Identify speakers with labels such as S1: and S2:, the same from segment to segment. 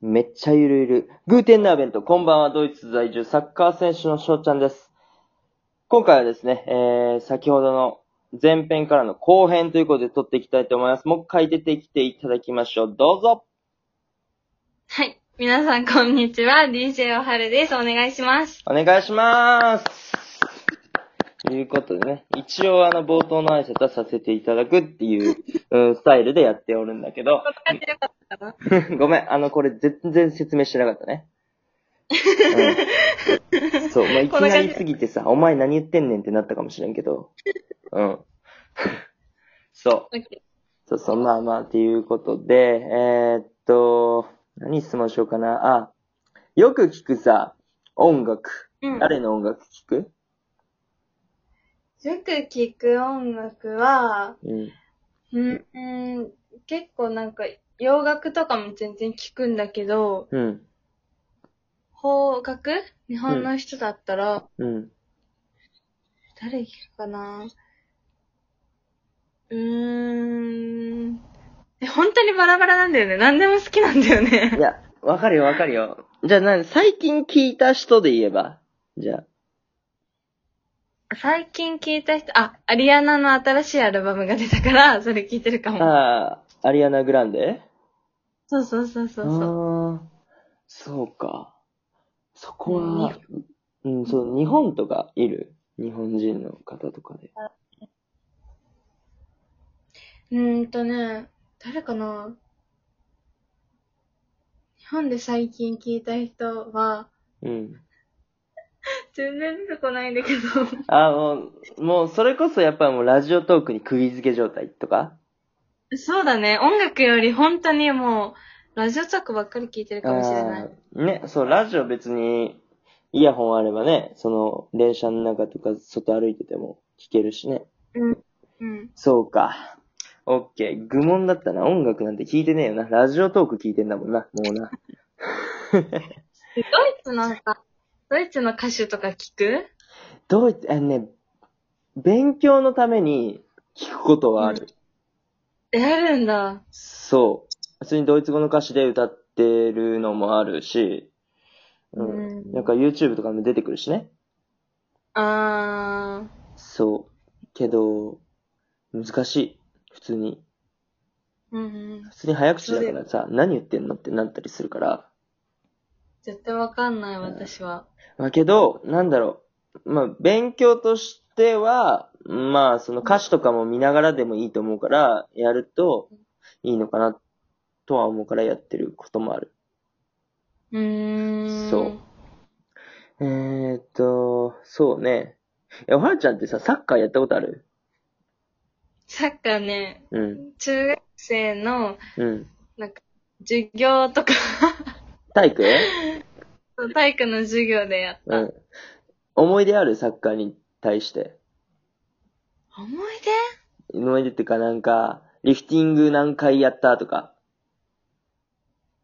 S1: めっちゃゆるゆる。グーテンナーベント、こんばんは、ドイツ在住サッカー選手の翔ちゃんです。今回はですね、えー、先ほどの前編からの後編ということで撮っていきたいと思います。もう一回出てきていただきましょう。どうぞ
S2: はい。皆さん、こんにちは。DJ おはるです。お願いします。
S1: お願いしますということでね、一応あの冒頭の挨拶はさせていただくっていう、うん、スタイルでやっておるんだけど、 ごめん、あの、これ全然説明してなかったね。うん、そう、まあ、いき
S2: こんな
S1: な
S2: 感
S1: り
S2: じ
S1: すぎてさ、お前何言ってんねんってなったかもしれんけど。うん。 そう。そうそう、まあまあ、ということで、えーっと、何質問しようかな。あ、よく聞くさ、音楽。
S2: うん、よ
S1: 誰の音楽聞く
S2: く聞く音楽は、
S1: うん。
S2: うん、うん、結構なんか、洋楽とかも全然聞くんだけど、
S1: うん。
S2: 邦楽日本の人だったら、
S1: うん。
S2: 誰聞くかなうーん。え本当にバラバラなんだよね。何でも好きなんだよ
S1: い
S2: ね。
S1: や、わかるよわかるよ。じゃあな、最近聞いた人で言えば。じゃあ。
S2: 最近聞いた人、あ、アリアナの新しいアルバムが出たから、それ聞いてるかも。
S1: ああ、アリアナ・グランデ
S2: そうそうそうそうそう。
S1: ああ、そうか。そこは
S2: 日、
S1: うん、そう、日本とかいる日本人の方とかで。
S2: うーんとね、誰かな日本で最近聞いた人は、
S1: うん。
S2: 全然出てこないんだけど。
S1: あもう、もう、それこそやっぱもうラジオトークに釘付け状態とか
S2: そうだね。音楽より本当にもう、ラジオトークばっかり聞いてるかもしれない。
S1: あーね、そう、ラジオ別に、イヤホンあればね、その、電車の中とか外歩いてても聞けるしね。
S2: うん。うん。
S1: そうか。オッケー。愚問だったな。音楽なんて聞いてねえよな。ラジオトーク聞いてんだもんな。もうな。
S2: ドイツなんか、ドイツの歌手とか聞く
S1: どういって、あのね、勉強のために聞くことはある。
S2: えあるんだ。
S1: そう。普通にドイツ語の歌詞で歌ってるのもあるし、うん。
S2: うん
S1: なんか YouTube とかも出てくるしね。
S2: あ
S1: そう。けど、難しい。普通に。
S2: ー。うんうん。
S1: 普通に早口だからさ、何言ってんのってなったりするから。
S2: 絶対わかんない、私は。
S1: まあけど、なんだろう。まあ、勉強としては、まあ、その歌詞とかも見ながらでもいいと思うから、やるといいのかな、とは思うからやってることもある。
S2: うーん。
S1: そうえーっと、そうね。え、おはるちゃんってさ、サッカーやったことある
S2: サッカーね、
S1: うん。
S2: 中学生の、
S1: うん。
S2: なんか、授業とか、
S1: 体育
S2: 体育の授業でやった。
S1: うん。思い出あるサッカーに対して。
S2: 思い
S1: 思い出っていうかなんか、リフティング何回やったとか。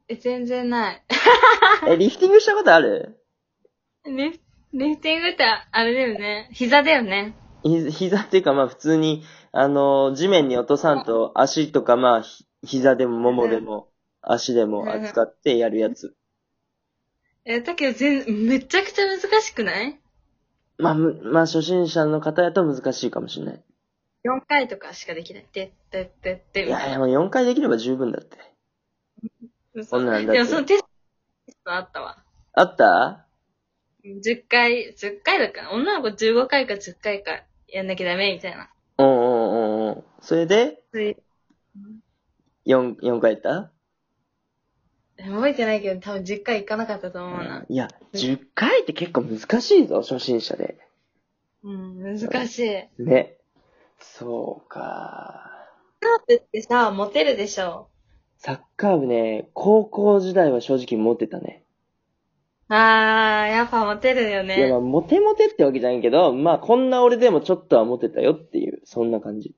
S2: 出え、全然ない。
S1: え、リフティングしたことある
S2: リフリフティングってあれだよね。膝だよね。
S1: ひ膝っていうかまあ普通に、あのー地面に落とさんと足とかまあひ、膝でもももでも、足でも扱ってやるやつ。
S2: え、だけど全、めちゃくちゃ難しくない
S1: まあ、むまあ初心者の方やと難しいかもしれない。
S2: ?4 回とかしかできない。てってってって
S1: い
S2: みた
S1: やい
S2: いな。
S1: や、もう4回できれば十分だって。そ
S2: 嘘
S1: んなんだっ
S2: でもそ
S1: て
S2: の。テストあったわ。
S1: あった
S2: うん10回、10回だから、女の子15回か10回かやんなきゃダメみたいな。
S1: うんうんうんうん。それで、
S2: そういう
S1: 4、4回やった
S2: 覚えてないけど、多分10回行かなかったと思うな。
S1: いや、10回って結構難しいぞ、初心者で。
S2: うん、難しい。
S1: ね。そうか。
S2: サーブってさ、モテるでしょ。
S1: サッカー部ね、高校時代は正直モテたね。
S2: あー、やっぱモテるよ
S1: いや、ま
S2: ね。
S1: あ、モテモテってわけじゃないけど、まあ、こんな俺でもちょっとはモテたよっていう、そんな感じ。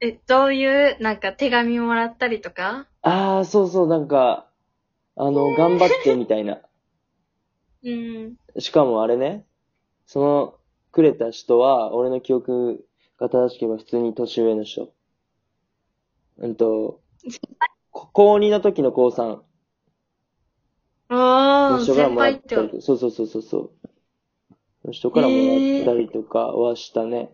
S2: え、どういう、なんか手紙もらったりとか
S1: ああ、そうそう、なんか、あの、頑張ってみたいな。
S2: うん。
S1: しかもあれね、その、くれた人は、俺の記憶が正しければ普通に年上の人。うんと、こ高2の時の高3。の人からもらった
S2: その
S1: り
S2: 先輩って
S1: とそうそうそうそうそう。その人からもらったりとかはしたね。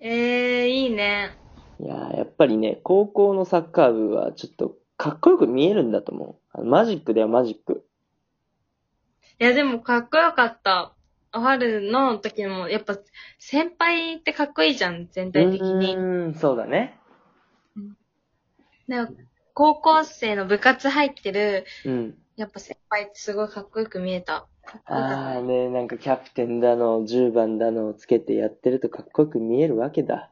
S2: ええー、いいね。
S1: いやーやっぱりね、高校のサッカー部はちょっとかっこよく見えるんだと思う。あのマジックだよ、マジック。
S2: いや、でもかっこよかった。春の時も、やっぱ、先輩ってかっこいいじゃん、全体的に。
S1: うーん、そうだね。
S2: なんか高校生の部活入ってる、
S1: うん。
S2: やっぱ先輩ってすごいかっこよく見えた。かっこよか
S1: あ
S2: っ
S1: あね、なんかキャプテンだの、10番だのをつけてやってるとかっこよく見えるわけだ。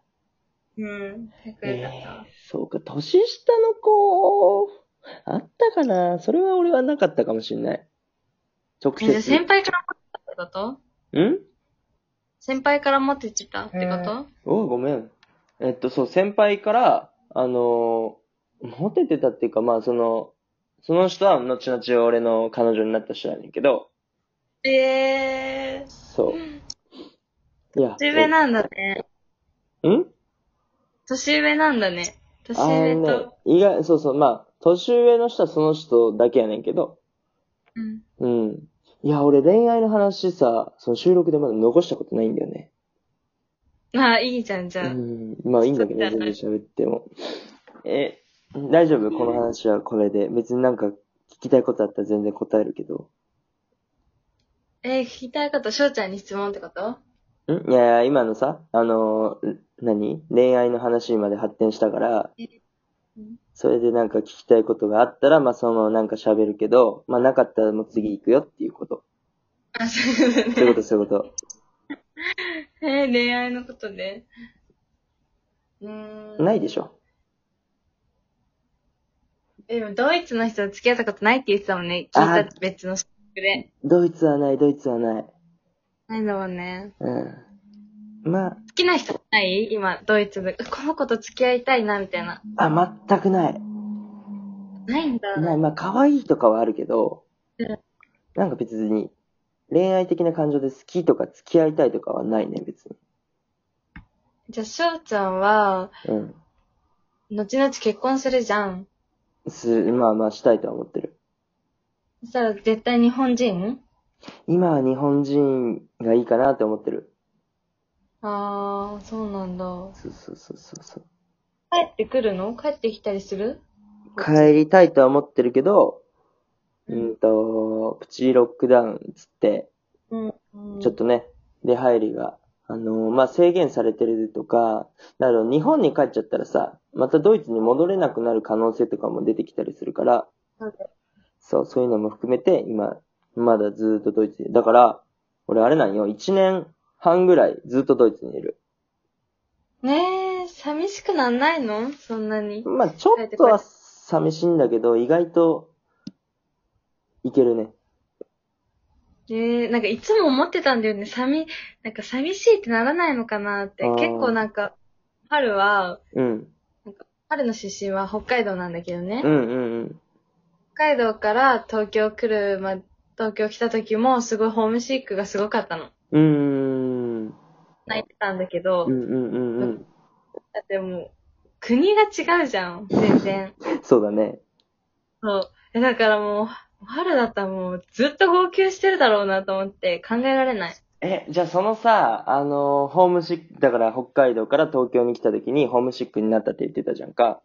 S2: た。うん、かっこよ
S1: え
S2: かっ
S1: え
S2: た。
S1: そうか、年下の子、あったかなそれは俺はなかったかもしれない。直
S2: えじゃあ
S1: 接。
S2: 先輩から持ってたってこと
S1: ん
S2: 先輩から持ってきたってこと、
S1: おうごめん。えっと、そう、先輩から、あのーモテてたっていうか、まあ、その、その人は後々俺の彼女になった人なんだけど、
S2: ええー、
S1: そう。いや。
S2: 年上なんだね。
S1: ん
S2: 年上なんだね。年
S1: あの
S2: 上
S1: ね
S2: と。、
S1: 意外、そうそう、まあ、年上の人はその人だけやねんけど、
S2: う
S1: う
S2: ん。
S1: ん。いや、俺恋愛の話さ、その収録でまだ残したことないんだよね。
S2: ああ、いいじゃん、じ
S1: う
S2: ゃあ。
S1: ん。まあいいんだけど、
S2: そう
S1: 全
S2: だ
S1: 然
S2: ね
S1: 喋っても。え、大丈夫この話はこれで。別になんか聞きたいことあったら全然答えるけど。
S2: えー、聞きたいこと、翔ちゃんに質問ってこと
S1: んいやいや、今のさ、あのー、何恋愛の話にまで発展したから
S2: うん、
S1: それでなんか聞きたいことがあったら、まあそのなんか喋るけど、まあなかったらもう次行くよっていうこと。
S2: あ、そういうこと
S1: そういう
S2: ね
S1: こと、そういうこと。
S2: えー恋愛のことで。うーん。
S1: ないでしょ。
S2: でも、ドイツの人と付き合ったことないって言ってたもんね。聞いた別の人で。
S1: ドイツはない、ドイツはない。
S2: ないんだもんね。
S1: うん。まあ、
S2: 好きな人ない今、ドイツで。この子と付き合いたいな、みたいな。
S1: あ、全くない。
S2: ないんだ。
S1: ない、まあ、可愛いとかはあるけど
S2: うん、
S1: なんか別に、恋愛的な感情で好きとか付き合いたいとかはないね、別に。
S2: じゃあ、翔ちゃんは、
S1: うん。
S2: 後々結婚するじゃん。
S1: す、まあまあ、したいとは思ってる。
S2: そしたら絶対日本人
S1: 今は日本人がいいかなって思ってる。
S2: あー、そうなんだ。
S1: そうそうそうそうそう。
S2: 帰ってくるの帰ってきたりする
S1: 帰りたいとは思ってるけど、
S2: う
S1: うんんと、プチロックダウンつって、
S2: うん。
S1: ちょっとね、出入りが、あのーまあ、制限されてるとか、だから日本に帰っちゃったらさ、またドイツに戻れなくなる可能性とかも出てきたりするから、
S2: なん
S1: そう、そういうのも含めて、今、まだずーっとドイツに、だから、俺あれなんよ、1年半ぐらいずっとドイツにいる。
S2: ねえ、寂しくなんないのそんなに。
S1: まあ、ちょっとは寂しいんだけど、意外と、いけるね。
S2: ええなんかいつも思ってたんだよね。寂、なんか寂しいってならないのかなって。
S1: あー
S2: 結構なんか、春は、
S1: うん。
S2: 春の出身は北海道なんだけどね。
S1: うんうんうん。
S2: 北海道から東京来る、ま、東京来た時もすごいホームシックがすごかったの。
S1: うーん。
S2: 泣いてたんだけど、
S1: うんうんうんうん。
S2: だってもう、国が違うじゃん、全然。
S1: そうだね。
S2: そう。えだからもう、春だったらもうずっと号泣してるだろうなと思って考えられない。
S1: え、じゃあそのさ、あのー、ホームシック、だから北海道から東京に来た時にホームシックになったって言ってたじゃんか。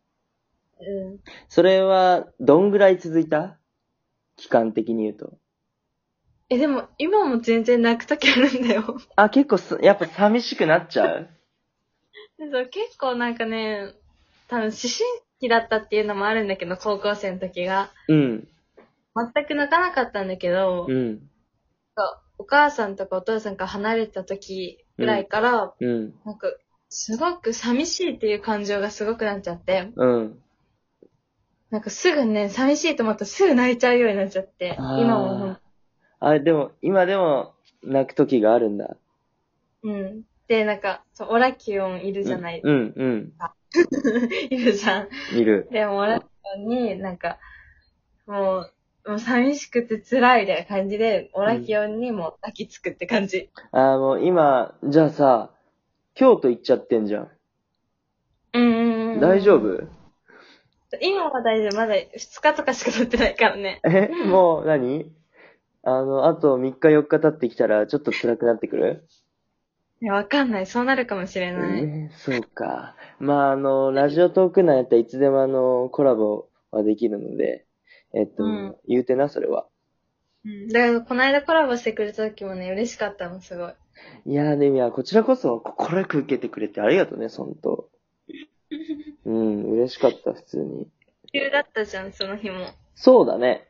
S2: うん。
S1: それは、どんぐらい続いた期間的に言うと。
S2: え、でも今も全然泣く時あるんだよ。
S1: あ、結構す、やっぱ寂しくなっちゃう
S2: そう結構なんかね、多分思春期だったっていうのもあるんだけど、高校生の時が。
S1: うん。
S2: 全く泣かなかったんだけど、
S1: うん。
S2: なんかお母さんとかお父さんから離れた時ぐらいから、
S1: うん。
S2: なんか、すごく寂しいっていう感情がすごくなっちゃって、
S1: うん。
S2: なんかすぐね、寂しいと思ったらすぐ泣いちゃうようになっちゃって、
S1: あー
S2: 今もほん、
S1: あ、でも、今でも、泣く時があるんだ。
S2: うん。で、なんか、そうオラキオンいるじゃない、
S1: うん、うん。
S2: いるじゃん。
S1: いる。
S2: でも、オラキオンに、なんか、もう、もう寂しくて辛いみたいな感じで、オラキオンにもう抱きつくって感じ。
S1: あー、もう今、じゃあさ、京都行っちゃってんじゃん。
S2: うんうんうん。
S1: 大丈夫
S2: 今は大丈夫。まだ2日とかしか経ってないからね。
S1: え、もう何、あの、あと3日4日経ってきたら、ちょっと辛くなってくる
S2: いや、わかんない。そうなるかもしれない。
S1: えーそうか。まあ、あの、ラジオトーク内やったらいつでもあの、コラボはできるので、えっと、
S2: うん
S1: 言うてな、それは。
S2: うん。だから、この間コラボしてくれた時もね、嬉しかったの、すごい。
S1: いやー、でもいや、こちらこそ心よく受けてくれてありがとうね、ほんと。うん、嬉しかった、普通に。
S2: 急だったじゃん、その日も。
S1: そうだね。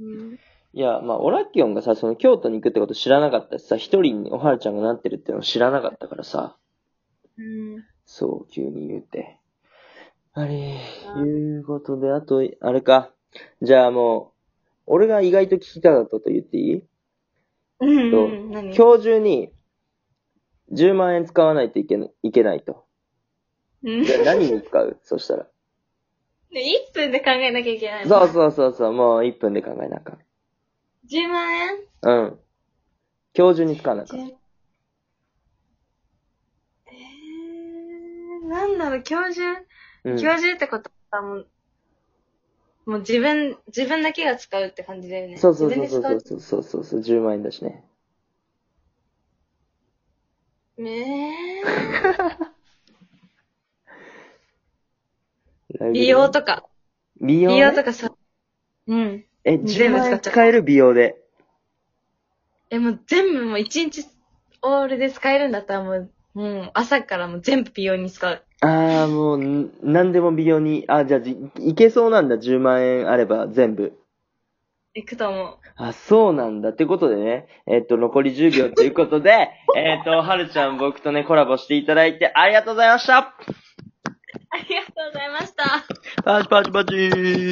S2: うん。
S1: いや、まあ、オラキオンがさ、その京都に行くってこと知らなかったしさ、一人におはるちゃんがなってるってのを知らなかったからさ、
S2: うん。
S1: そう、急に言うて。あれ、いうことで、あと、あれか。じゃあもう、俺が意外と聞きたかったこと言っていい
S2: うん、
S1: そう
S2: うん。何
S1: 今日中に、10万円使わないといけないいけないと。
S2: うん
S1: じゃあ何に使う そしたら。
S2: で1分で考えなきゃいけないの。
S1: そうそうそうそう、もう1分で考えなあかん。
S2: 10万円
S1: うん。今日中に使わなあかん。
S2: 10えー、なんだろう、教授、
S1: うん。
S2: 教授ってことはもう、もう自分、自分だけが使うって感じだよね。
S1: そうそうそう
S2: 自分で
S1: そ
S2: 使
S1: うそうそうそうそう、10万円だしね。
S2: う。ね
S1: ライ
S2: え。
S1: ブで
S2: 美容とか、
S1: 美容ね
S2: 美容とかさ、うん。
S1: え、
S2: 全
S1: 10
S2: 部
S1: 万
S2: 使っ
S1: 円
S2: ちゃう
S1: 使える美容で。
S2: え、もう全部もう一日オールで使えるんだったらもう、もう朝からもう全部美容に使う。
S1: あー、もう、ん何でも美容に。あ、じゃあ、じいけそうなんだ、10万円あれば、全部。
S2: いくと思
S1: あ、そうなんだ。ってことでね、えっと、残り10秒ということ で、えっと、はるちゃん、僕とね、コラボしていただいて、ありがとうございました
S2: う。ありがとうございました。
S1: パチパチパチー